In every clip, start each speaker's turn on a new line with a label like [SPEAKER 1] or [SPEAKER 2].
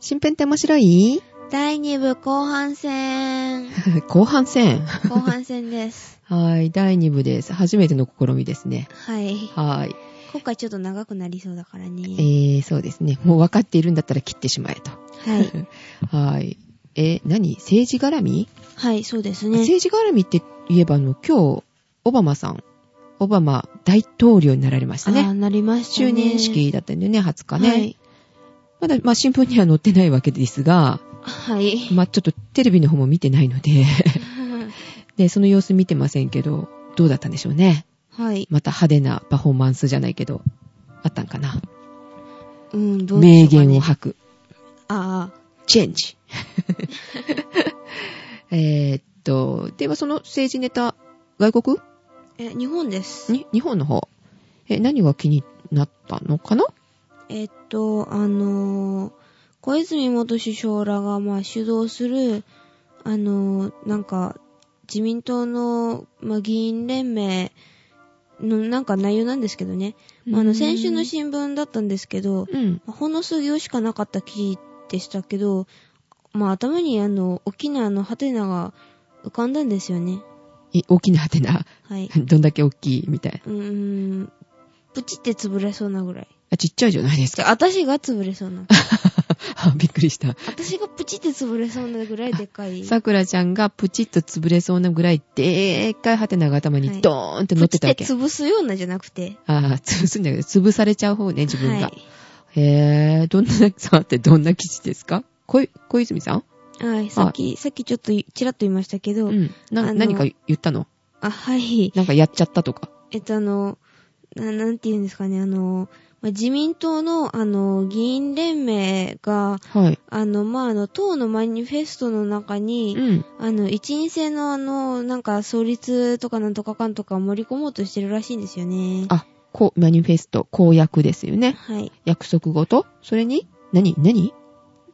[SPEAKER 1] 新編って面白い
[SPEAKER 2] 第2部後半戦。
[SPEAKER 1] 後半戦。
[SPEAKER 2] 後半戦です。
[SPEAKER 1] はい、第2部です。初めての試みですね。
[SPEAKER 2] はい。
[SPEAKER 1] はい。
[SPEAKER 2] 今回ちょっと長くなりそうだから
[SPEAKER 1] え
[SPEAKER 2] ね。
[SPEAKER 1] ー、そうですね。もう分かっているんだったら切ってしまえ
[SPEAKER 2] はい。
[SPEAKER 1] と。 はい。え、何政治絡み、
[SPEAKER 2] はい、そうですね。
[SPEAKER 1] 政治絡みって言えば、あの、今日、オバマさん、オバマ大統領になられました
[SPEAKER 2] あ
[SPEAKER 1] ね。
[SPEAKER 2] あ、なりましたね。
[SPEAKER 1] 就任式だったんだよね、20日ね。
[SPEAKER 2] はい。
[SPEAKER 1] まだ、まあ、新聞には載ってないわけですが、
[SPEAKER 2] はい。
[SPEAKER 1] まあ、ちょっとテレビの方も見てないので、 で、その様子見てませんけど、どうだったんでしょうね。
[SPEAKER 2] はい。
[SPEAKER 1] また派手なパフォーマンスじゃないけど、あったんかな。
[SPEAKER 2] うん、どうで
[SPEAKER 1] 名
[SPEAKER 2] しょうかね
[SPEAKER 1] 言を吐く。
[SPEAKER 2] あ
[SPEAKER 1] チェン ジ。えーっと、ではその政治ネタ、外国
[SPEAKER 2] あ。え、日本です。
[SPEAKER 1] に日本の方。え、何が気になったのかな
[SPEAKER 2] えっと、あのー、小泉元首相らが、まあ、主導する、あのー、なんか、自民党の、まあ、議員連盟の、なんか内容なんですけどね。まあ、あ
[SPEAKER 1] う
[SPEAKER 2] の、
[SPEAKER 1] ん
[SPEAKER 2] 先週の新聞だったんですけど、
[SPEAKER 1] うん。
[SPEAKER 2] ほんの数行しかなかった記事でしたけど、まあ、頭に、あの、大きな、あの、ハテナが浮かんだんですよね。
[SPEAKER 1] い大きなハテナ。
[SPEAKER 2] はい。
[SPEAKER 1] どんだけ大きいみたいな。
[SPEAKER 2] うーん、プチって潰れそうなぐらい。
[SPEAKER 1] あ、ちっちゃいじゃないです
[SPEAKER 2] じ
[SPEAKER 1] か。
[SPEAKER 2] ゃあ、私が潰れそうな。
[SPEAKER 1] あびっくりした。
[SPEAKER 2] 私がプチって潰れそうなぐらいでか い。
[SPEAKER 1] さくらちゃんがプチッと潰れそうなぐらい、でーっかいハテナが頭にドーンって乗って
[SPEAKER 2] プチ
[SPEAKER 1] た
[SPEAKER 2] っ
[SPEAKER 1] わ
[SPEAKER 2] て
[SPEAKER 1] け。
[SPEAKER 2] 潰すようなじゃなくて。
[SPEAKER 1] ああ、潰すんだけど、潰されちゃう方ね、自分が。
[SPEAKER 2] はい。
[SPEAKER 1] へぇー、どんな、 さってどんな記事ですか小い小泉さん
[SPEAKER 2] はい、さっき、さっきちょっとちらっと言いましたけど、
[SPEAKER 1] うん。な
[SPEAKER 2] あの
[SPEAKER 1] 何か言ったの
[SPEAKER 2] あ、はい。
[SPEAKER 1] なんかやっちゃったとか。
[SPEAKER 2] えっと、あの、ななんて言うんですかね、あの、まあ自民党の、あの、議員連盟が、
[SPEAKER 1] はい。
[SPEAKER 2] あの、まあ、あの、党のマニフェストの中に、
[SPEAKER 1] うん。
[SPEAKER 2] あの、一員制の、あの、なんか、創立とかなんとかかんとかを盛り込もうとしてるらしいんですよね。
[SPEAKER 1] あ、こう、マニフェスト、公約ですよね。
[SPEAKER 2] はい。
[SPEAKER 1] 約束ごとそれに、何何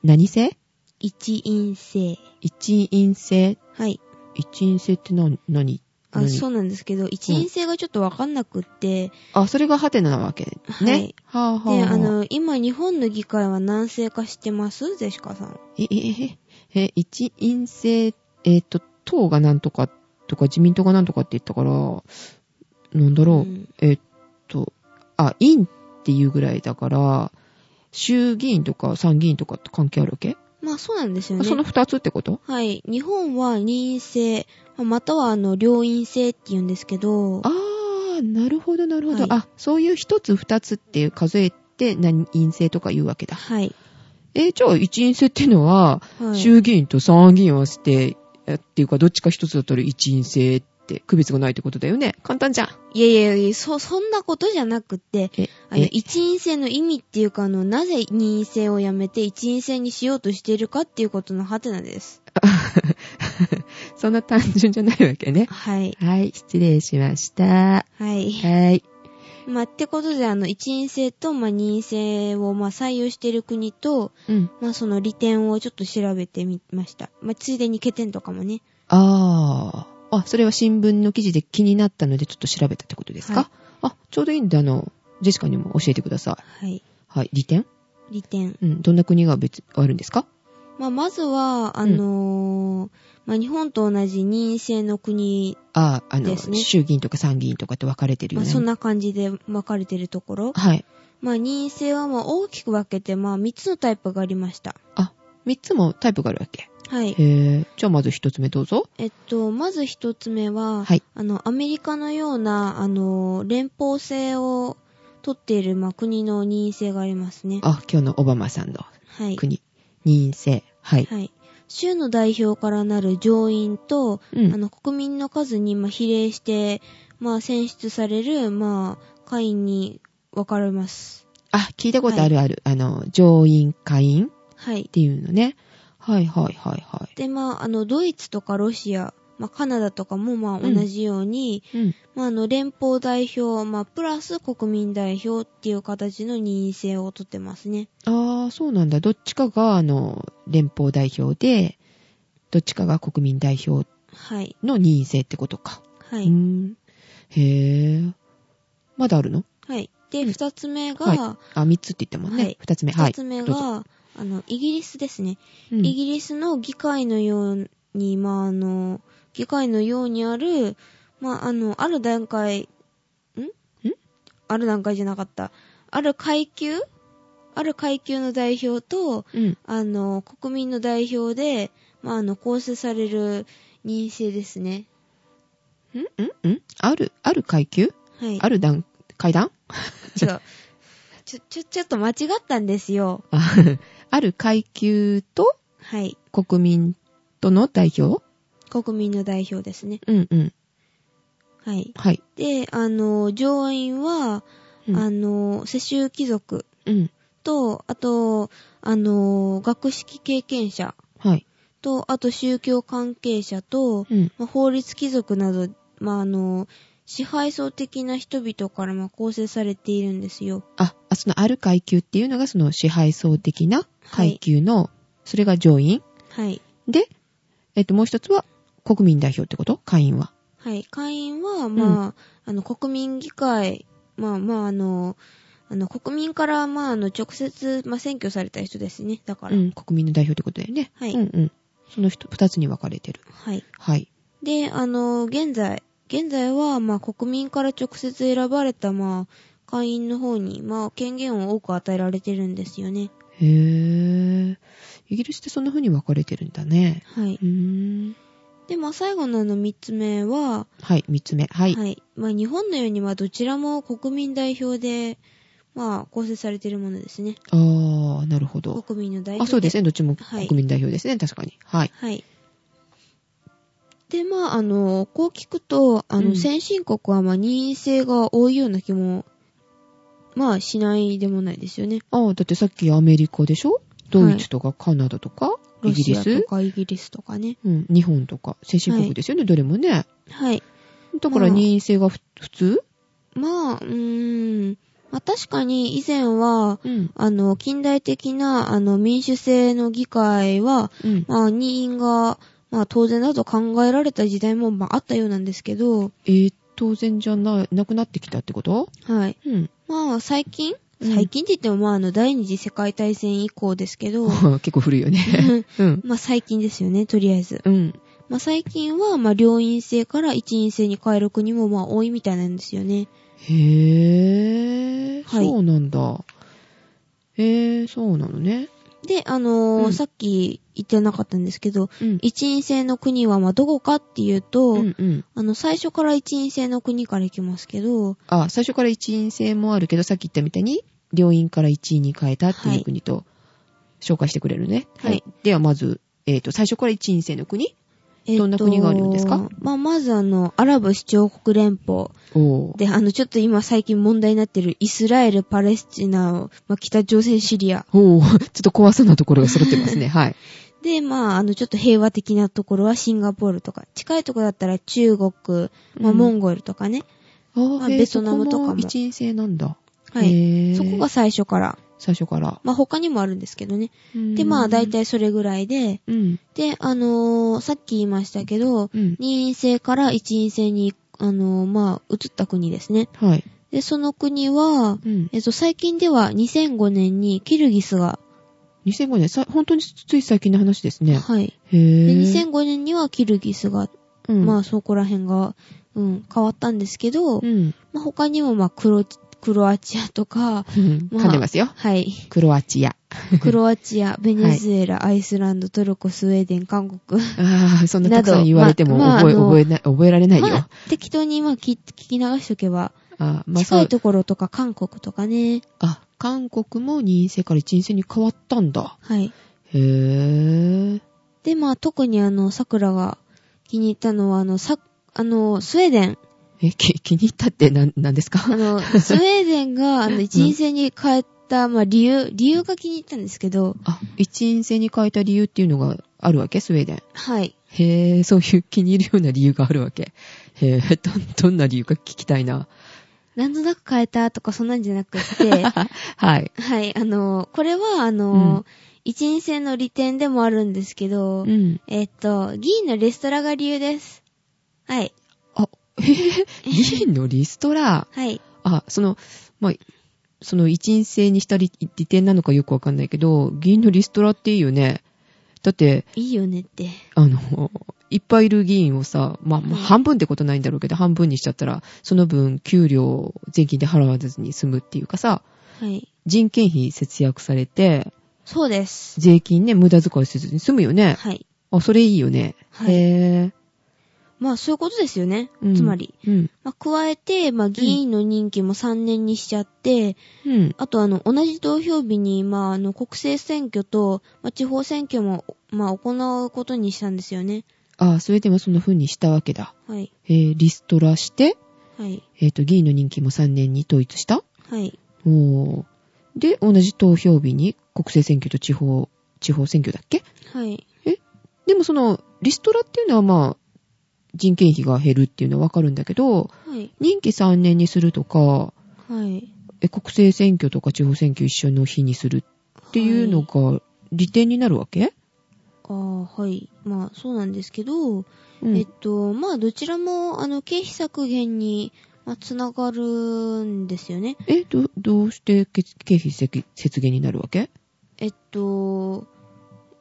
[SPEAKER 1] 何制
[SPEAKER 2] 一員制。
[SPEAKER 1] 一員制。
[SPEAKER 2] はい。
[SPEAKER 1] 一員制って何何
[SPEAKER 2] あ
[SPEAKER 1] 何
[SPEAKER 2] そうなんですけど、一員制がちょっとわかんなくって、
[SPEAKER 1] あ、それがハテナなわけね。はぁはぁ
[SPEAKER 2] で、
[SPEAKER 1] はぁ
[SPEAKER 2] あの、今日本の議会は何制か知ってますゼシカさん。
[SPEAKER 1] え、え、え、え、一院制、えっ、と、党がなんとかとか自民党がなんとかって言ったから、なんだろう、
[SPEAKER 2] うん
[SPEAKER 1] えっ、と、あ、院っていうぐらいだから、衆議院とか参議院とかって関係あるわけ、
[SPEAKER 2] まあそうなんですよ
[SPEAKER 1] あ
[SPEAKER 2] ね。
[SPEAKER 1] その二つってこと
[SPEAKER 2] はい。日本は任意制、まあまたはあの、両院制って言うんですけど、
[SPEAKER 1] あー、なるほど、なるほど。
[SPEAKER 2] はい
[SPEAKER 1] あ、そういう一つ二つっていう数えて何院制とか言うわけだ。
[SPEAKER 2] はい。
[SPEAKER 1] えーじゃあ一院制っていうのは、
[SPEAKER 2] はい。
[SPEAKER 1] 衆議院と参議院を合わせて、えっていうか、どっちか一つだったら一院制って区別がないってことだよね。簡単じゃん。
[SPEAKER 2] いやいやいや、そ、そんなことじゃなくって、
[SPEAKER 1] え、
[SPEAKER 2] あの、
[SPEAKER 1] え、
[SPEAKER 2] 一員制の意味っていうか、あの、なぜ任意制をやめて一員制にしようとしているかっていうことのハテナです。
[SPEAKER 1] そんな単純じゃないわけね。
[SPEAKER 2] はい。
[SPEAKER 1] はい、失礼しました。
[SPEAKER 2] はい。
[SPEAKER 1] はい。
[SPEAKER 2] まあ、ってことで、あの、一員制と、まあ、任意制を、まあ、採用している国と、
[SPEAKER 1] うん。
[SPEAKER 2] まあ、その利点をちょっと調べてみました。まあ、ついでに欠点とかもね。
[SPEAKER 1] あー。あ、それは新聞の記事で気になったので、ちょっと調べたってことですか、
[SPEAKER 2] はい
[SPEAKER 1] あ、ちょうどいいんで、あの、ジェシカにも教えてください。
[SPEAKER 2] はい。
[SPEAKER 1] はい、利点
[SPEAKER 2] 利点。
[SPEAKER 1] うん、どんな国が別、あるんですか
[SPEAKER 2] まあ、まずは、あのーまあ、日本と同じ任意制の国、
[SPEAKER 1] あー、あの、
[SPEAKER 2] ですね
[SPEAKER 1] 衆議院とか参議院とかって分かれてるよ
[SPEAKER 2] まあ、
[SPEAKER 1] ね。
[SPEAKER 2] そんな感じで分かれてるところ。
[SPEAKER 1] はい。
[SPEAKER 2] まあ、任意制は、まあ、大きく分けて、まあ、3つのタイプがありました。
[SPEAKER 1] あ、三つもタイプがあるわけ。
[SPEAKER 2] は
[SPEAKER 1] へ
[SPEAKER 2] い。
[SPEAKER 1] え。じゃあまず一つ目どうぞ。
[SPEAKER 2] えっと、まず一つ目は、
[SPEAKER 1] はい
[SPEAKER 2] あの、アメリカのような、あの、連邦制を取っている、まあ、国の任意制がありますね。
[SPEAKER 1] あ、今日のオバマさんの
[SPEAKER 2] はい。
[SPEAKER 1] 国。任意制。はい。
[SPEAKER 2] はい。州の代表からなる上院と、
[SPEAKER 1] うん
[SPEAKER 2] あの、国民の数に、まあ、比例して、まあ、選出される、まあ、会員に分かれます。
[SPEAKER 1] あ、聞いたことあるある。あの、上院、下院っ
[SPEAKER 2] はい。
[SPEAKER 1] ていうのね。はいはいはいはい。
[SPEAKER 2] で、まあ、あの、ドイツとかロシア、まあ、カナダとかも、まあ、
[SPEAKER 1] う
[SPEAKER 2] 同
[SPEAKER 1] ん
[SPEAKER 2] じように、
[SPEAKER 1] うん。
[SPEAKER 2] まあ、あの連邦代表、まあ、プラス国民代表っていう形の任意制をとってますね。
[SPEAKER 1] ああ、そうなんだ。どっちかが、あの、連邦代表で、どっちかが国民代表
[SPEAKER 2] はい。
[SPEAKER 1] の任意制ってことか。
[SPEAKER 2] は
[SPEAKER 1] うー
[SPEAKER 2] い。
[SPEAKER 1] ん。へえ。まだあるの
[SPEAKER 2] はい。で、
[SPEAKER 1] うん
[SPEAKER 2] 二つ目
[SPEAKER 1] はい
[SPEAKER 2] が、。
[SPEAKER 1] あ、三つって言ったもん
[SPEAKER 2] は
[SPEAKER 1] ね
[SPEAKER 2] い。
[SPEAKER 1] 二つ目。
[SPEAKER 2] 二、
[SPEAKER 1] はい。
[SPEAKER 2] つ目
[SPEAKER 1] どうぞ
[SPEAKER 2] が、あの、イギリスですね。
[SPEAKER 1] うん
[SPEAKER 2] イギリスの議会のように、まあ、あの、議会のようにある、まあ、あの、ある段階、んんある段階じゃなかった。ある階級ある階級の代表と、
[SPEAKER 1] うん。
[SPEAKER 2] あの、国民の代表で、まあ、あの、構成される任制ですね。
[SPEAKER 1] んんんある、ある階級
[SPEAKER 2] はい。
[SPEAKER 1] ある段、階段
[SPEAKER 2] 違う。ちょ、ちょ、ちょっと間違ったんですよ。
[SPEAKER 1] あ ある階級と
[SPEAKER 2] はい。
[SPEAKER 1] 国民との代表
[SPEAKER 2] 国民の代表ですね。
[SPEAKER 1] うんうん。
[SPEAKER 2] はい。
[SPEAKER 1] はい。
[SPEAKER 2] で、あの、上院は、
[SPEAKER 1] うん
[SPEAKER 2] あの、世襲貴族
[SPEAKER 1] うん。
[SPEAKER 2] と、あと、あの、学識経験者
[SPEAKER 1] はい。
[SPEAKER 2] と、あと宗教関係者と、
[SPEAKER 1] うん。
[SPEAKER 2] まあ法律貴族など、まあ、あの、支配層的な人々からまあ構成されているんですよ。
[SPEAKER 1] あ、あそのある階級っていうのがその支配層的な階級の、それが上院
[SPEAKER 2] はい。
[SPEAKER 1] で、えっと、もう一つは国民代表ってこと会員は。
[SPEAKER 2] はい。会員は、まあ、あの、国民議会、まあまあ、あの、あの、国民から、まあ、あの、直接、まあ、選挙された人ですね。だから。
[SPEAKER 1] うん、国民の代表ってことだよね。
[SPEAKER 2] はい
[SPEAKER 1] うんうん。その人、二つに分かれてる。
[SPEAKER 2] はい。
[SPEAKER 1] はい。
[SPEAKER 2] で、あの、現在、現在は、まあ、国民から直接選ばれた、まあ、会員の方に、まあ、権限を多く与えられてるんですよね。
[SPEAKER 1] へぇー。イギリスってそんな風に分かれてるんだね。。
[SPEAKER 2] はいう
[SPEAKER 1] ーん。
[SPEAKER 2] で、まあ、最後のあの、三つ目は、
[SPEAKER 1] はい、三つ目。はい。
[SPEAKER 2] はい。まあ、日本のように、まあ、どちらも国民代表で、まあ、構成されているものですね。
[SPEAKER 1] あー、なるほど。
[SPEAKER 2] 国民の代表
[SPEAKER 1] あ、そうです
[SPEAKER 2] ね。
[SPEAKER 1] ね。どっちも
[SPEAKER 2] はい
[SPEAKER 1] 国民代表ですね。確かに。はい。
[SPEAKER 2] はい。で、まあ、あの、こう聞くと、あ
[SPEAKER 1] う
[SPEAKER 2] の、
[SPEAKER 1] ん
[SPEAKER 2] 先進国は、まあ、任意性が多いような気も、まあ、しないでもないですよね。
[SPEAKER 1] あー、だってさっきアメリカでしょドイツとかカナダとか、
[SPEAKER 2] ロ
[SPEAKER 1] イギ
[SPEAKER 2] シ
[SPEAKER 1] リ
[SPEAKER 2] ア
[SPEAKER 1] ス
[SPEAKER 2] とかイギリスとかね。
[SPEAKER 1] うん、日本とか、先進国ですよね、どれもね。
[SPEAKER 2] はい。
[SPEAKER 1] だから
[SPEAKER 2] まあ
[SPEAKER 1] 任意性がふ普通
[SPEAKER 2] まあ、うーん。まあ確かに以前は、
[SPEAKER 1] うん。
[SPEAKER 2] あの、近代的な、あの、民主制の議会は、
[SPEAKER 1] うん。
[SPEAKER 2] まあ、任員が、まあ、当然だと考えられた時代も、まあ、あったようなんですけど、
[SPEAKER 1] えー、当然じゃな、なくなってきたってこと
[SPEAKER 2] はい。
[SPEAKER 1] うん。
[SPEAKER 2] まあ、最近
[SPEAKER 1] うん
[SPEAKER 2] 最近って言っても、まあ、あの、第二次世界大戦以降ですけ ど、
[SPEAKER 1] 結構古いよ ね。うん。
[SPEAKER 2] まあ、最近ですよね、とりあえず。
[SPEAKER 1] うん。
[SPEAKER 2] まあ、最近は、まあ、両院制から一院制に変える国も、まあ、多いみたいなんですよね。
[SPEAKER 1] へぇー、
[SPEAKER 2] はい
[SPEAKER 1] そうなんだ。へぇー、そうなのね。
[SPEAKER 2] で、あのー
[SPEAKER 1] うん
[SPEAKER 2] さっき言ってなかったんですけど、
[SPEAKER 1] うん。
[SPEAKER 2] 一院制の国はまあどこかっていうと、
[SPEAKER 1] うんうん。
[SPEAKER 2] あの、最初から一院制の国から行きますけど、
[SPEAKER 1] あ、最初から一員制もあるけど、さっき言ったみたいに、両院から一位に変えたっていう国と、紹介してくれるね。
[SPEAKER 2] はい。
[SPEAKER 1] では、まず、えっ、と、最初から一員制の国
[SPEAKER 2] えーと
[SPEAKER 1] どんな国があるんですか
[SPEAKER 2] まあ、まずあの、アラブ首長国連邦。
[SPEAKER 1] おー。
[SPEAKER 2] で、あの、ちょっと今最近問題になってるイスラエル、パレスチナ、まあ、北朝鮮、シリア。
[SPEAKER 1] おー、ちょっと怖そうなところが揃ってます ね。はい。
[SPEAKER 2] で、まあ、あの、ちょっと平和的なところはシンガポールとか、近いところだったら中国、まあ、
[SPEAKER 1] うん
[SPEAKER 2] モンゴルとかね。
[SPEAKER 1] あー、
[SPEAKER 2] まあ
[SPEAKER 1] へー
[SPEAKER 2] ベトナムとかも
[SPEAKER 1] そこ一員制なんだ。
[SPEAKER 2] はい。
[SPEAKER 1] へー
[SPEAKER 2] そこが最初から。
[SPEAKER 1] 最初から。
[SPEAKER 2] まあ、他にもあるんですけどね。
[SPEAKER 1] で
[SPEAKER 2] で、まあ、大。体それぐらいで、
[SPEAKER 1] うん。
[SPEAKER 2] で、あのーさっき言いましたけど、
[SPEAKER 1] うん。
[SPEAKER 2] 任意制から一院制に、あのーまあ、移った国ですね。
[SPEAKER 1] はい。
[SPEAKER 2] で、その国は、
[SPEAKER 1] うん。
[SPEAKER 2] えっと、最近では2005年にキルギスが、
[SPEAKER 1] 2005年、さ本当につい最近の話ですね。
[SPEAKER 2] はい。
[SPEAKER 1] へぇ
[SPEAKER 2] で、
[SPEAKER 1] ー。
[SPEAKER 2] 2005年にはキルギスが、
[SPEAKER 1] うん
[SPEAKER 2] まあ、そこら辺が、うん、変わったんですけど、
[SPEAKER 1] うん。
[SPEAKER 2] まあ、他にも、まあ、クロ、クロアチアとか、まあ
[SPEAKER 1] 噛んでますよ。
[SPEAKER 2] はい。
[SPEAKER 1] クロアチア。
[SPEAKER 2] クロアチア、ベネズエラ、アイスランド、トルコ、スウェーデン、韓国。
[SPEAKER 1] ああ、そんなたくさ
[SPEAKER 2] など
[SPEAKER 1] ん言われても
[SPEAKER 2] まあ
[SPEAKER 1] 覚え、
[SPEAKER 2] まああの
[SPEAKER 1] 覚えな、覚えられないよ。
[SPEAKER 2] まあ、適当に、まあ、聞聞き流しとけば、
[SPEAKER 1] あーまあ、そ。
[SPEAKER 2] 近いうところとか韓国とかね。
[SPEAKER 1] あ、韓国も任意制から一員制に変わったんだ。
[SPEAKER 2] はい。
[SPEAKER 1] へぇー。
[SPEAKER 2] で、まあ、特にあの、桜が気に入ったのは、あの、さ、あの、スウェーデン。
[SPEAKER 1] え、き気に入ったってなん、なんですか
[SPEAKER 2] あ の、スウェーデンが、あの、人生に変えた、まあ、理由、理由が気に入ったんですけど、
[SPEAKER 1] あ、一員制に変えた理由っていうのがあるわけスウェーデン。
[SPEAKER 2] はい。
[SPEAKER 1] へぇー、そういう気に入るような理由があるわけ。へぇー、ど、どんな理由か聞きたいな。
[SPEAKER 2] なんとなく変えたとか、そんなんじゃなくって、
[SPEAKER 1] はい。
[SPEAKER 2] はい、あの、これは、あ
[SPEAKER 1] う
[SPEAKER 2] の
[SPEAKER 1] ん、
[SPEAKER 2] 一人生の利点でもあるんですけど、
[SPEAKER 1] うん。
[SPEAKER 2] えっと、議員のレストラが理由です。はい。
[SPEAKER 1] あ、へぇー、議員のリストラ。
[SPEAKER 2] はい。
[SPEAKER 1] あ、その、まあ、その一員制にしたり利点なのかよくわかんないけど、議員のリストラっていいよね。だって、
[SPEAKER 2] いいよねって。
[SPEAKER 1] あの、いっぱいいる議員をさ、まあ、まあ
[SPEAKER 2] うん
[SPEAKER 1] 半分ってことないんだろうけど、半分にしちゃったら、その分給料を税金で払わずに済むっていうかさ、
[SPEAKER 2] はい。
[SPEAKER 1] 人件費節約されて、
[SPEAKER 2] そうです。
[SPEAKER 1] 税金ね、無駄遣いせずに済むよね。
[SPEAKER 2] はい。
[SPEAKER 1] あ、それいいよね。
[SPEAKER 2] はい
[SPEAKER 1] へぇ、
[SPEAKER 2] まあそういうことですよね。
[SPEAKER 1] うん
[SPEAKER 2] つまり。。
[SPEAKER 1] うん。
[SPEAKER 2] まあ加えて、まあ議員の任期も3年にしちゃって、
[SPEAKER 1] うん。
[SPEAKER 2] あとあの、同じ投票日に、まああの、国政選挙と、まあ地方選挙も、まあ行うことにしたんですよね。
[SPEAKER 1] あ、それでもそんな風にしたわけだ。
[SPEAKER 2] はい。
[SPEAKER 1] えー、リストラして、
[SPEAKER 2] はい。
[SPEAKER 1] えっ、と、議員の任期も3年に統一した
[SPEAKER 2] はい。
[SPEAKER 1] おーで、同じ投票日に国政選挙と地方、地方選挙だっけ
[SPEAKER 2] はい。
[SPEAKER 1] でもその、リストラっていうのはまあ、人件費が減るっていうのはわかるんだけど、
[SPEAKER 2] はい。
[SPEAKER 1] 任期3年にするとか、
[SPEAKER 2] はい。
[SPEAKER 1] え国政選挙とか地方選挙一緒の日にするっていうのが利点になるわけ、
[SPEAKER 2] ああ、はい。まあそうなんですけど、
[SPEAKER 1] うん
[SPEAKER 2] えっと、まあどちらも、あの、経費削減に、まあ、つながるんですよね。
[SPEAKER 1] えど、どうして経経費節節減になるわけ
[SPEAKER 2] えっと、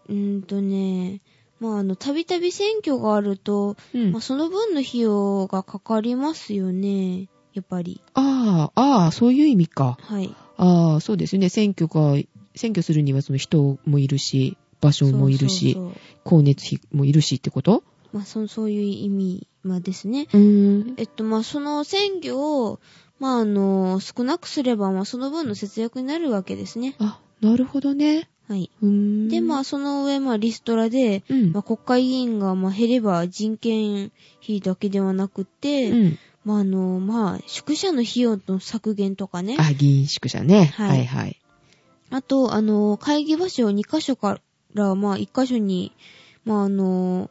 [SPEAKER 2] うーんとね、まああの、たびたび選挙があると、
[SPEAKER 1] うん
[SPEAKER 2] まあ、その分の費用がかかりますよね。やっぱり。
[SPEAKER 1] ああ、ああ、そういう意味か。
[SPEAKER 2] はい。
[SPEAKER 1] ああ、そうですよね。選挙が、選挙するにはその人もいるし、場所もいるし、
[SPEAKER 2] そうそうそう
[SPEAKER 1] 光熱費もいるしってこと
[SPEAKER 2] まあそ、そういう意味、まあですね。
[SPEAKER 1] うーん。
[SPEAKER 2] えっと、まあ、その選挙を、まあ、あの、少なくすれば、まあ、その分の節約になるわけですね。
[SPEAKER 1] あ、なるほどね。
[SPEAKER 2] はい。
[SPEAKER 1] うーん。
[SPEAKER 2] で、まあ、その上、まあ、リストラで、
[SPEAKER 1] うん
[SPEAKER 2] まあ、国会議員が、まあ、減れば人件費だけではなくて、
[SPEAKER 1] うん。
[SPEAKER 2] まあ、あの、まあ、宿舎の費用の削減とかね。
[SPEAKER 1] あ、議員宿舎ね。
[SPEAKER 2] はい
[SPEAKER 1] はいはい。
[SPEAKER 2] あと、あの、会議場所を2箇所から、まあ、1箇所に、まあ、あの、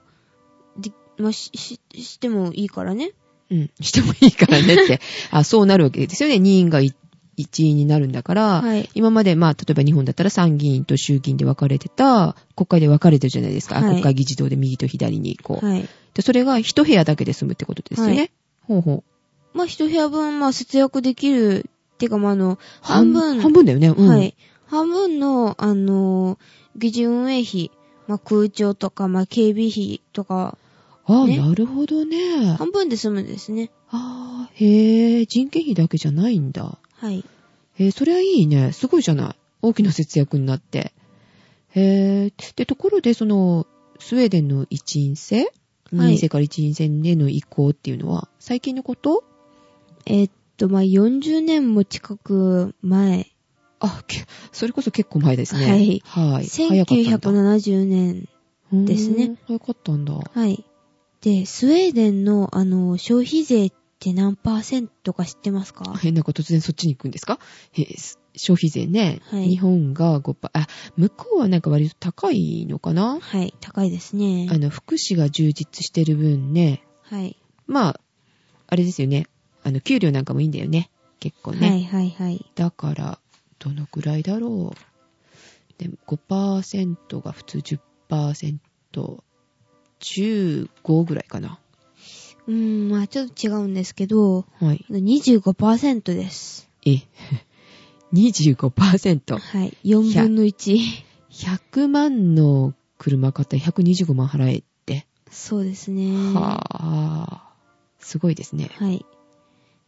[SPEAKER 2] で、まあ、し、し、してもいいからね。
[SPEAKER 1] うん。してもいいからね って。あ、そうなるわけですよね。任員がい一員になるんだから、
[SPEAKER 2] はい
[SPEAKER 1] 今まで、まあ、例えば日本だったら参議院と衆議院で分かれてた、国会で分かれてるじゃないですか。あ
[SPEAKER 2] はい
[SPEAKER 1] 国会議事堂で右と左にこう。
[SPEAKER 2] はい。
[SPEAKER 1] で、それが一部屋だけで済むってことですよね。
[SPEAKER 2] は
[SPEAKER 1] ほうほう。
[SPEAKER 2] まあ、一部屋分、まあ、節約できる。てか、まあ、あの、半分。
[SPEAKER 1] 半分だよね。うん。
[SPEAKER 2] はい。半分の、あの、議事運営費、まあ、空調とか、まあ、警備費とか、
[SPEAKER 1] ああ、
[SPEAKER 2] ね
[SPEAKER 1] なるほどね。
[SPEAKER 2] 半分で済むんですね。
[SPEAKER 1] ああ、へえ、人件費だけじゃないんだ。
[SPEAKER 2] はい。
[SPEAKER 1] えーそれはいいね。すごいじゃない。大きな節約になって。へえー、で、ところで、その、スウェーデンの一員制二員制から一員制への移行っていうのは、最近のこと
[SPEAKER 2] えっと、まあ、40年も近く前、
[SPEAKER 1] あ、け、それこそ結構前ですね。
[SPEAKER 2] はい
[SPEAKER 1] はい。早かったんだ
[SPEAKER 2] 1970年。ですね
[SPEAKER 1] うーん。早かったんだ。
[SPEAKER 2] はい。で、スウェーデンの、あの、消費税って何パーセントか知ってますか
[SPEAKER 1] あ変なこと突然そっちに行くんですかへーす消費税ね。
[SPEAKER 2] はい
[SPEAKER 1] 日本が5%、あ、向こうはなんか割と高いのかな
[SPEAKER 2] はい、高いですね
[SPEAKER 1] あ。の、福祉が充実してる分ね、
[SPEAKER 2] はい。
[SPEAKER 1] まあ、あれですよね。あの、給料なんかもいいんだよね。結構ね。
[SPEAKER 2] はい、はい、はい。
[SPEAKER 1] だから、どのくらいだろう。でも、5%が普通10%、15ぐらいかな。
[SPEAKER 2] うーん、まあちょっと違うんですけど、
[SPEAKER 1] はい。
[SPEAKER 2] 25%です。
[SPEAKER 1] え、25%。
[SPEAKER 2] はい。4分の1。
[SPEAKER 1] 100万の車買ったら125万払えって。
[SPEAKER 2] そうですね。
[SPEAKER 1] はあ、すごいですね。
[SPEAKER 2] はい。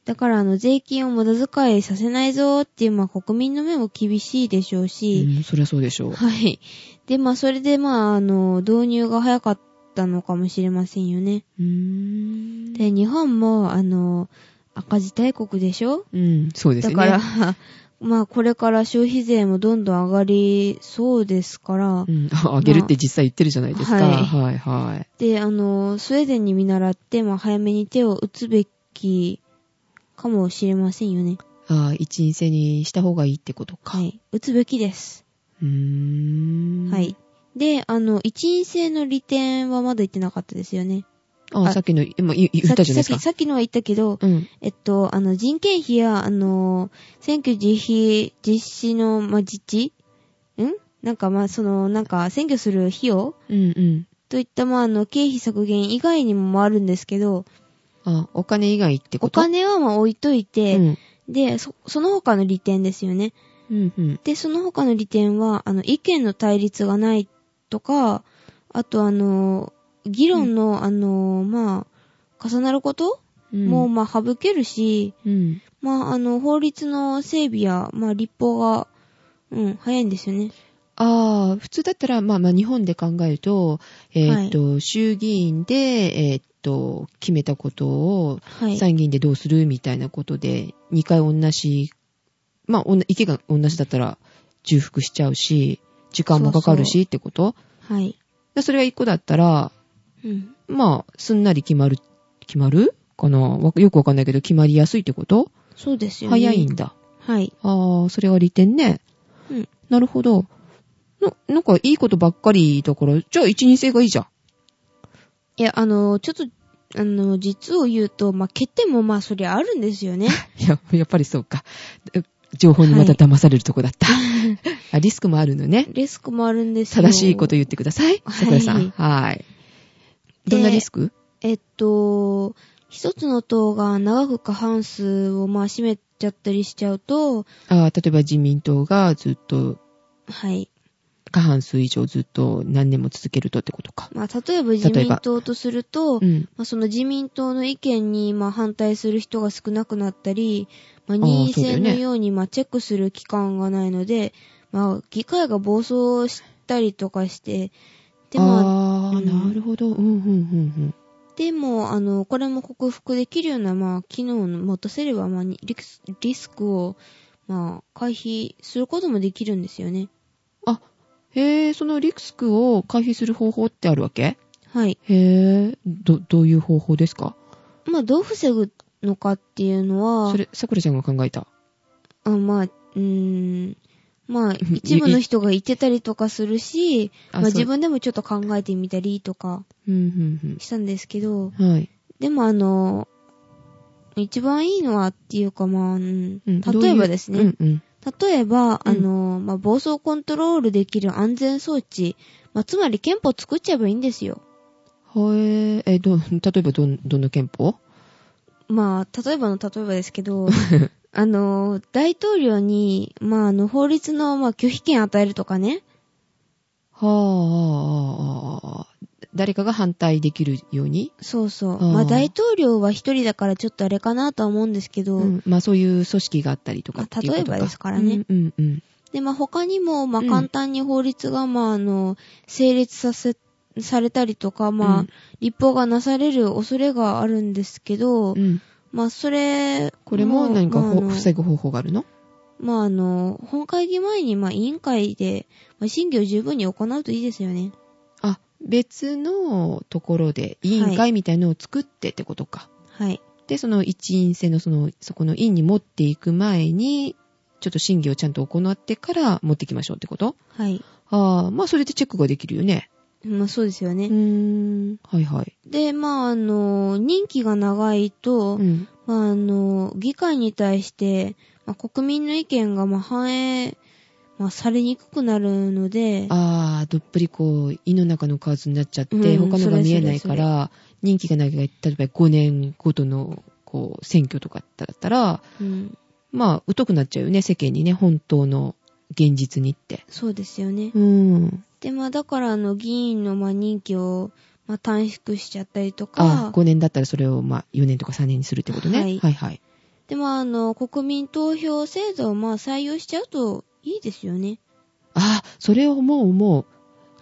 [SPEAKER 2] だから、あの、税金を無駄遣いさせないぞーっていう、まあ、国民の目も厳しいでしょう
[SPEAKER 1] う
[SPEAKER 2] し、
[SPEAKER 1] ん、そりゃそうでしょう。
[SPEAKER 2] はい。で、まあ、それで、まあ、あの、導入が早かったのかもしれませんよね。
[SPEAKER 1] うーん。
[SPEAKER 2] で、日本も、あの、赤字大国でしょ
[SPEAKER 1] うん、そうです
[SPEAKER 2] だ
[SPEAKER 1] よね。
[SPEAKER 2] から、 まあ、これから消費税もどんどん上がりそうですから
[SPEAKER 1] う、ん、ああげるって実際言ってるじゃないですか。
[SPEAKER 2] はい
[SPEAKER 1] はい、はい。
[SPEAKER 2] で、あの、スウェーデンに見習って、まあ、早めに手を打つべきかもしれませんよね。
[SPEAKER 1] ああ、一員制にした方がいいってことか。
[SPEAKER 2] は。い。打つべきです。
[SPEAKER 1] うーん。
[SPEAKER 2] はい。。で、あの、一員制の利点はまだ言ってなかったですよね。
[SPEAKER 1] ああ、
[SPEAKER 2] あ
[SPEAKER 1] さっきの、今言言っ
[SPEAKER 2] さっき
[SPEAKER 1] たじゃないですか。
[SPEAKER 2] さっきさっきのは言ったけど、
[SPEAKER 1] うん。
[SPEAKER 2] えっと、あの、人件費や、あの、選挙実費、実施の、まあ、実地んなんか、まあ、その、なんか、選挙する費用
[SPEAKER 1] うんうん。
[SPEAKER 2] といった、まあ、あの、経費削減以外にもあるんですけど、
[SPEAKER 1] あお金以外ってこ
[SPEAKER 2] お
[SPEAKER 1] と
[SPEAKER 2] 金はまあ置いといて、
[SPEAKER 1] うん。
[SPEAKER 2] で、そ、その他の利点ですよね。
[SPEAKER 1] うんうん。
[SPEAKER 2] で、その他の利点は、あの、意見の対立がないとか、あとあの、議論の、あの、まあ、重なること、
[SPEAKER 1] うん
[SPEAKER 2] も、まあ、省けるし、
[SPEAKER 1] うん。
[SPEAKER 2] まあ、あの、法律の整備や、まあ、立法が、うん、早いんですよね。
[SPEAKER 1] ああ、普通だったら、まあまあ日本で考えると、えーっと、衆議院で、えーっと、決めたことを、
[SPEAKER 2] はい。
[SPEAKER 1] 参議院でどうするみたいなことで、2回同じ、まあ、おんな意見が同じだったら重複しちゃうし、時間もかかるしってこと
[SPEAKER 2] はい。
[SPEAKER 1] でそれが1個だったら、
[SPEAKER 2] うん。
[SPEAKER 1] まあ、すんなり決まる、決まるかなわよくわかんないけど、決まりやすいってこと
[SPEAKER 2] そうですよね。
[SPEAKER 1] 早いんだ。
[SPEAKER 2] はい。
[SPEAKER 1] ああ、それは利点ね。
[SPEAKER 2] うん。
[SPEAKER 1] なるほど。な、なんかいいことばっかりだから、じゃあ一人制がいいじゃん。
[SPEAKER 2] いや、あの、ちょっと、あの、実を言うと、まあ、欠点もまあ、そりゃあるんです よね。
[SPEAKER 1] い や、やっぱりそうか。う情報にまた騙されるとこだった。 あリスクもあるのね。
[SPEAKER 2] リスクもあるんですよ
[SPEAKER 1] 正しいこと言ってください。
[SPEAKER 2] はい
[SPEAKER 1] 桜井さん。はい。
[SPEAKER 2] で
[SPEAKER 1] どんなリスク
[SPEAKER 2] えっと、一つの党が長く過半数をまあ占めちゃったりしちゃうと、
[SPEAKER 1] あー例えば自民党がずっと、
[SPEAKER 2] はい。
[SPEAKER 1] 過半数以上ずっと何年も続けるとってことか。
[SPEAKER 2] まあ、例えば自
[SPEAKER 1] 例え
[SPEAKER 2] 民
[SPEAKER 1] ば
[SPEAKER 2] 党とすると、
[SPEAKER 1] うん。
[SPEAKER 2] まあ、その自民党の意見にまあ反対する人が少なくなったり、まあ、
[SPEAKER 1] あー
[SPEAKER 2] 任意
[SPEAKER 1] そうだよ
[SPEAKER 2] 制
[SPEAKER 1] ね
[SPEAKER 2] のようにまあチェックする機関がないので、まあ、議会が暴走したりとかして、で、まあ、
[SPEAKER 1] あー、
[SPEAKER 2] うん
[SPEAKER 1] なるほど。うん、うん、うん、
[SPEAKER 2] でも、あの、これも克服できるような、まあ、機能を持たせれば、まあ、にリスリスクを、まあ、回避することもできるんですよね。
[SPEAKER 1] うん。あ、へえ、そのリスクを回避する方法ってあるわけ
[SPEAKER 2] はい。
[SPEAKER 1] へえ、ど、どういう方法ですか
[SPEAKER 2] まあ、どう防ぐのかっていうのは
[SPEAKER 1] そ、れ、桜ちゃんが考えた。
[SPEAKER 2] あまあ、うーん、 まあ、一部の人が言ってたりとかするし、
[SPEAKER 1] あ
[SPEAKER 2] ま
[SPEAKER 1] そ
[SPEAKER 2] あ、
[SPEAKER 1] う
[SPEAKER 2] 自分でもちょっと考えてみたりとか
[SPEAKER 1] うん、うん、
[SPEAKER 2] したんですけど、
[SPEAKER 1] うん。はい。
[SPEAKER 2] でもあの、一番いいのはっていうかまあ、うん
[SPEAKER 1] うん
[SPEAKER 2] 例えばですね、
[SPEAKER 1] どういううん、うん。
[SPEAKER 2] 例えば、
[SPEAKER 1] うん
[SPEAKER 2] あの、まあ、暴走コントロールできる安全装置、まあ、つまり憲法作っちゃえばいいんですよ。
[SPEAKER 1] はい、え、ど、例えばどん、どの憲法
[SPEAKER 2] まあ、例えばの例えばです けど、あの、大統領に、まあ、あの、法律の、まあ、拒否権与えるとかね。
[SPEAKER 1] はあ、ああ、ああ、誰かが反対できるように、
[SPEAKER 2] そうそう。
[SPEAKER 1] あー
[SPEAKER 2] まあ、大統領は一人だからちょっとあれかなとは思うんですけど、
[SPEAKER 1] うんまあそういう組織があったりとかっていうことか。
[SPEAKER 2] まあ例えばですからね
[SPEAKER 1] うんうんうん。
[SPEAKER 2] で、まあ、他にも、まあ、
[SPEAKER 1] うん
[SPEAKER 2] 簡単に法律が、まあ、あの、成立させ、されたりとか、まあ、
[SPEAKER 1] うん
[SPEAKER 2] 立法がなされる恐れがあるんですけど、
[SPEAKER 1] うん
[SPEAKER 2] まあ、それ、
[SPEAKER 1] これも何か
[SPEAKER 2] まあ
[SPEAKER 1] ほ
[SPEAKER 2] あの
[SPEAKER 1] 防ぐ方法があるの
[SPEAKER 2] まあ、あの、本会議前に、まあ、委員会で、まあ、審議を十分に行うといいですよね。
[SPEAKER 1] あ、別のところで委員
[SPEAKER 2] は
[SPEAKER 1] 会みたいのを作ってってことか。
[SPEAKER 2] はい。
[SPEAKER 1] で、その一員制のその、そこの委員に持っていく前に、ちょっと審議をちゃんと行ってから持ってきましょうってこと
[SPEAKER 2] はい。
[SPEAKER 1] ああ、まあそれでチェックができるよね。
[SPEAKER 2] まあ、そうですよ
[SPEAKER 1] う
[SPEAKER 2] ね。
[SPEAKER 1] ーん、はいはい。
[SPEAKER 2] で、まあ、あの、任期が長いと、
[SPEAKER 1] うん。
[SPEAKER 2] まあ、あの、議会に対して、まあ、国民の意見が、まあ、反映、まあ、されにくくなるので、
[SPEAKER 1] ああ、どっぷりこう、胃の中の数になっちゃって、
[SPEAKER 2] うん
[SPEAKER 1] 他のが見えない
[SPEAKER 2] それそれそ
[SPEAKER 1] か
[SPEAKER 2] れ
[SPEAKER 1] ら、人気がないから、例えば5年ごとの、こう、選挙とかだったら、
[SPEAKER 2] うん、
[SPEAKER 1] まあ、疎くなっちゃうよね、世間にね、本当の現実にって。
[SPEAKER 2] そうですよね。
[SPEAKER 1] うん。
[SPEAKER 2] で、まあ、だから、あの、議員の、まあ、任期を、まあ、短縮しちゃったりと
[SPEAKER 1] あ
[SPEAKER 2] か、
[SPEAKER 1] 5年だったらそれを、まあ、4年とか3年にするってことね。
[SPEAKER 2] はい
[SPEAKER 1] はいはい。
[SPEAKER 2] で、まあ、あの、国民投票制度を、まあ、採用しちゃうといいですよね。
[SPEAKER 1] ああ、それを思う思う。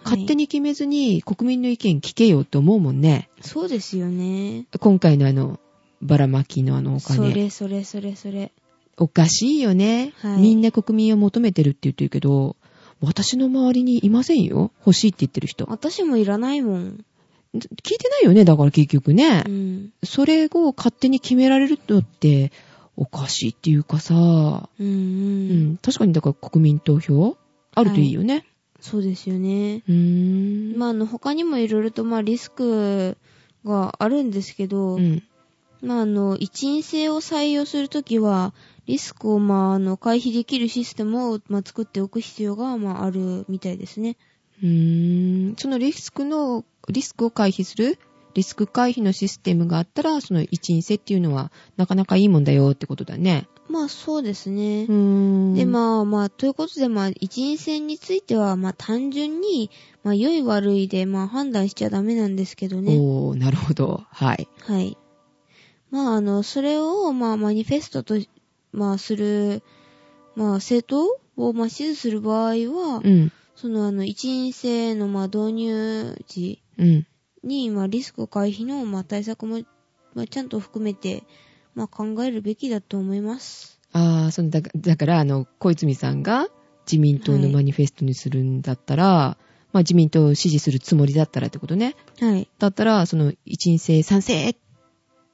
[SPEAKER 1] 勝手
[SPEAKER 2] に。
[SPEAKER 1] に決めずに国民の意見聞けよって思うもんね。
[SPEAKER 2] そうですよね。
[SPEAKER 1] 今回のあの、ばらまきのあのお
[SPEAKER 2] そ
[SPEAKER 1] 金。
[SPEAKER 2] れそれそれそれ。
[SPEAKER 1] おかしいよね、
[SPEAKER 2] はい
[SPEAKER 1] みんな国民を求めてるって言ってるけど、私の周りにいませんよ。欲しいって言ってる人。
[SPEAKER 2] 私もいらないもん。
[SPEAKER 1] 聞いてないよね、だから結局ね
[SPEAKER 2] う。ん。
[SPEAKER 1] それを勝手に決められるのって、おかしいっていうかさ、
[SPEAKER 2] うん、う。
[SPEAKER 1] うんん、確かにだから国民投票あるといいよね。
[SPEAKER 2] そうですよね。
[SPEAKER 1] うーん。
[SPEAKER 2] まあ、あの、他にもいろいろと、まあ、リスクがあるんですけど、
[SPEAKER 1] うん。
[SPEAKER 2] まあ、あの、一員制を採用するときは、リスクを、まあ、あの、回避できるシステムを、まあ、作っておく必要が、まあ、あるみたいですね。
[SPEAKER 1] うーん。そのリスクの、リスクを回避するリスク回避のシステムがあったら、その一員制っていうのは、なかなかいいもんだよってことだね。
[SPEAKER 2] まあそうですね。
[SPEAKER 1] ん
[SPEAKER 2] で、まあまあ、ということで、まあ、一人戦については、まあ単純に、まあ良い悪いで、まあ判断しちゃダメなんですけどね。
[SPEAKER 1] おー、なるほど。はい。
[SPEAKER 2] はい。まああの、それを、まあマニフェストと、まあする、まあ政党を、まあ支持する場合は、
[SPEAKER 1] うん。
[SPEAKER 2] そのあの、一人制の、まあ導入時
[SPEAKER 1] うん。
[SPEAKER 2] に、まあリスク回避の、まあ対策も、まあちゃんと含めて、まあ考えるべきだと思います。
[SPEAKER 1] ああ、そのだ、だから、あの、小泉さんが自民党のマニフェストにするんだったら、まあ自民党を支持するつもりだったらってことね。
[SPEAKER 2] はい。
[SPEAKER 1] だったら、その、一員制賛成っ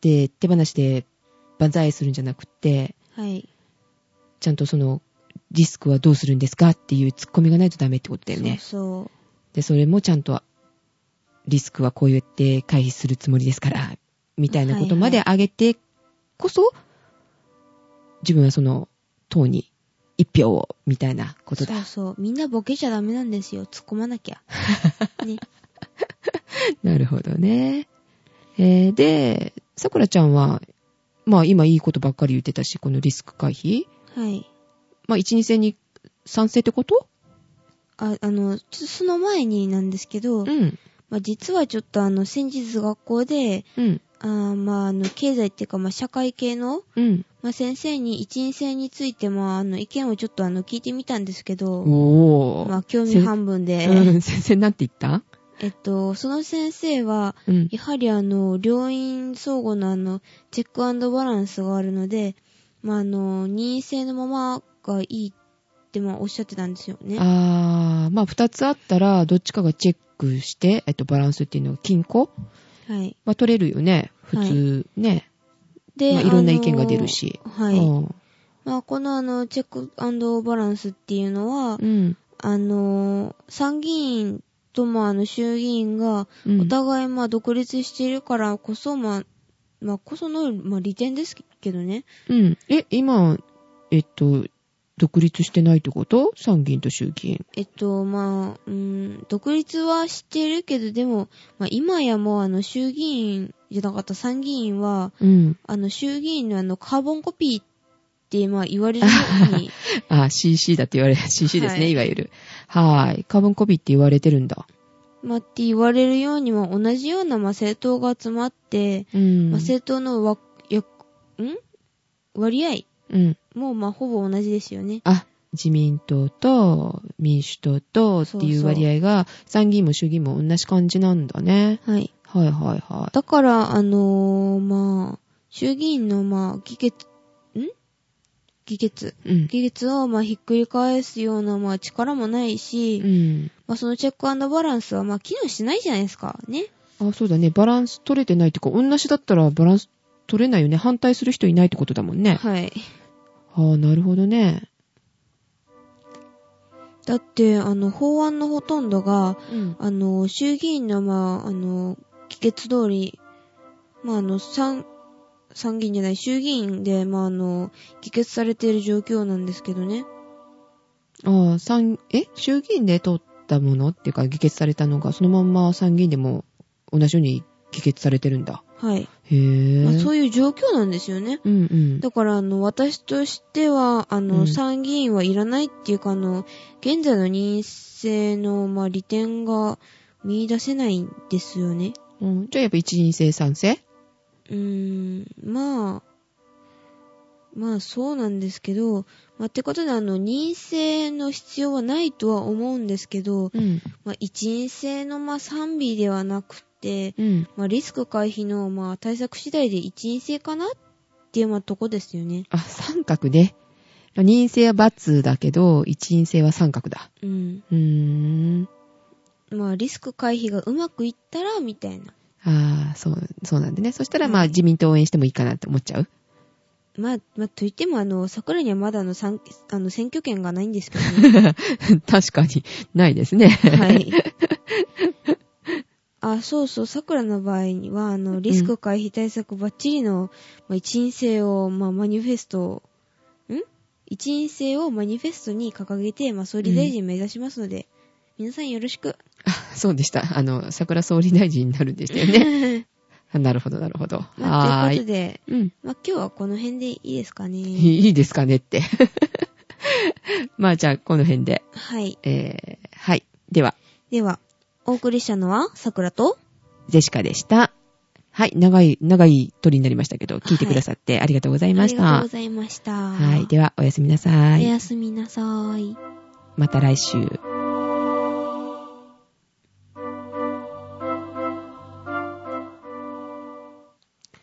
[SPEAKER 1] て手放して万歳するんじゃなくて、
[SPEAKER 2] はい。
[SPEAKER 1] ちゃんとその、リスクはどうするんですかっていうツッコミがないとダメってことだよね。
[SPEAKER 2] そうそう。
[SPEAKER 1] で、それもちゃんと、リスクはこうやって回避するつもりですから、みたいなことまで上げてこそ、自分はその、党に一票を、みたいなことだ
[SPEAKER 2] そう。そう。みんなボケちゃダメなんですよ。突っ込まな きゃ。ね。
[SPEAKER 1] なるほどね。えーで、さくらちゃんは、まあ今いいことばっかり言ってたし、このリスク回避。
[SPEAKER 2] はい。
[SPEAKER 1] まあ一、二戦に賛成ってこと
[SPEAKER 2] あ、あの、ちょっとその前になんですけど、
[SPEAKER 1] うん。
[SPEAKER 2] まあ、実はちょっとあの、先日学校で、
[SPEAKER 1] うん。
[SPEAKER 2] あーまあ、あの、経済っていうか、まあ、社会系の、
[SPEAKER 1] うん。
[SPEAKER 2] まあ、先生に一員制について、まあ、あの、意見をちょっとあの、聞いてみたんですけど、
[SPEAKER 1] おー。
[SPEAKER 2] まあ、興味半分で、
[SPEAKER 1] うん、先生なんて言った
[SPEAKER 2] えっと、その先生は、
[SPEAKER 1] うん。
[SPEAKER 2] やはりあの、両院相互のあの、チェックバランスがあるので、まあ、あの、任意制のままがいいって、まあ、おっしゃってたんですよね。
[SPEAKER 1] あー、まあ二つあったら、どっちかがチェックして、えっと、バランスっていうのは均衡
[SPEAKER 2] はい。
[SPEAKER 1] まあ取れるよね。普通ね。
[SPEAKER 2] で、
[SPEAKER 1] まあいろんな意見が出るし
[SPEAKER 2] あのはい。
[SPEAKER 1] うん
[SPEAKER 2] まあ、このあの、チェックバランスっていうのは、
[SPEAKER 1] うん。
[SPEAKER 2] あの、参議院ともあの、衆議院が、
[SPEAKER 1] うん
[SPEAKER 2] お互いまあ、独立しているからこそ、まあ、まあ、こその、まあ、利点ですけどね。
[SPEAKER 1] うん。え、今、えっと、独立してないってこと参議院と衆議院。
[SPEAKER 2] えっと、まあ、うん、独立はしてるけど、でも、まあ、今やもうあの、衆議院じゃなかった参議院は、
[SPEAKER 1] うん。
[SPEAKER 2] あの、衆議院のあの、カーボンコピーって、まあ、言われるように、
[SPEAKER 1] あ、CC だって言われる。CC ですね、
[SPEAKER 2] はい
[SPEAKER 1] い、わゆる。はーい。カーボンコピーって言われてるんだ。
[SPEAKER 2] まあ、って言われるようには、同じような、まあ、政党が集まって、
[SPEAKER 1] うん。
[SPEAKER 2] まあ、政党のわ、や、ん割合
[SPEAKER 1] うん。
[SPEAKER 2] も、まあ、ほぼ同じですよね。
[SPEAKER 1] あ、自民党と民主党とっていう割合が、参議院も衆議院も同じ感じなんだね。
[SPEAKER 2] はい。
[SPEAKER 1] はいはいはい。
[SPEAKER 2] だから、あのーまあ、衆議院の、まあ、議決、ん議決。
[SPEAKER 1] うん。
[SPEAKER 2] 技術をまあひっくり返すようなまあ力もないし、
[SPEAKER 1] うん。
[SPEAKER 2] まあ、そのチェックバランスはまあ機能しないじゃないですか。ね。
[SPEAKER 1] あ、そうだね。バランス取れてないっていうか、同じだったらバランス取れないよね。反対する人いないってことだもんね。
[SPEAKER 2] はい。
[SPEAKER 1] ああ、なるほどね。
[SPEAKER 2] だって、あの、法案のほとんどが、
[SPEAKER 1] うん。
[SPEAKER 2] あの、衆議院の、まあ、あの、議決通り、まあ、あの、参、参議院じゃない、衆議院で、まあ、あの、議決されている状況なんですけどね。
[SPEAKER 1] ああ、参、え衆議院で通ったものっていうか、議決されたのが、そのまんま参議院でも同じように議決されてるんだ。
[SPEAKER 2] はい。
[SPEAKER 1] へえ。
[SPEAKER 2] まあ、そうういう状況なんですよね。
[SPEAKER 1] うんうん。
[SPEAKER 2] だから、あの、私としては、あの、
[SPEAKER 1] うん
[SPEAKER 2] 参議院はいらないっていうか、あの、現在の任意制の、まあ、利点が見出せないんですよね。
[SPEAKER 1] うんじゃあやっぱ一人生産性
[SPEAKER 2] うーん、まあ、まあ、そうなんですけど、まあ、ってことで、あの、任意制の必要はないとは思うんですけど、
[SPEAKER 1] うん。
[SPEAKER 2] まあ、一任制の、まあ、賛美ではなくて、
[SPEAKER 1] うん。
[SPEAKER 2] まあ、リスク回避の、まあ、対策次第で一任制かなっていう、まあ、とこですよね。
[SPEAKER 1] あ、三角ね。人生は×だけど、一人生は三角だ。
[SPEAKER 2] うん。
[SPEAKER 1] うーん。
[SPEAKER 2] まあ、リスク回避がうまくいったら、みたいな。
[SPEAKER 1] ああ、そう、そうなんでね。そしたらまあ
[SPEAKER 2] はい
[SPEAKER 1] 自民党応援してもいいかなって思っちゃう。
[SPEAKER 2] まあ、まあ、といっても、あの、桜にはまだあの、参あの選挙権がないんですけど ね。
[SPEAKER 1] 確かに、ないですね。
[SPEAKER 2] はい。あ、そうそう、桜の場合には、あの、リスク回避対策バッチリの、まあ、一員制を、まあ、マニフェストを、ん一員制をマニフェストに掲げて、まあ、総理大臣目指しますので、皆さんよろしく。
[SPEAKER 1] そうでした。あの、桜総理大臣になるんでしたよね。なるほど、なるほど。
[SPEAKER 2] まあ、
[SPEAKER 1] は
[SPEAKER 2] とい
[SPEAKER 1] ー
[SPEAKER 2] うこと
[SPEAKER 1] い。
[SPEAKER 2] で、
[SPEAKER 1] うん。
[SPEAKER 2] まあ、今日はこの辺でいいですかね。
[SPEAKER 1] いいですかねって。 まあじゃあ、この辺で。
[SPEAKER 2] はい。
[SPEAKER 1] えー、はい。では、
[SPEAKER 2] では、お送りしたのは、桜と、
[SPEAKER 1] ジェシカでした。はい。長い、長い鳥になりましたけど、聞いてくださってありがとうござい
[SPEAKER 2] あ
[SPEAKER 1] ま
[SPEAKER 2] り
[SPEAKER 1] し
[SPEAKER 2] がとう
[SPEAKER 1] た
[SPEAKER 2] ご。ざいました。
[SPEAKER 1] はい。では、おやすみなさ
[SPEAKER 2] お
[SPEAKER 1] い。
[SPEAKER 2] やすみなさーい。
[SPEAKER 1] また来週。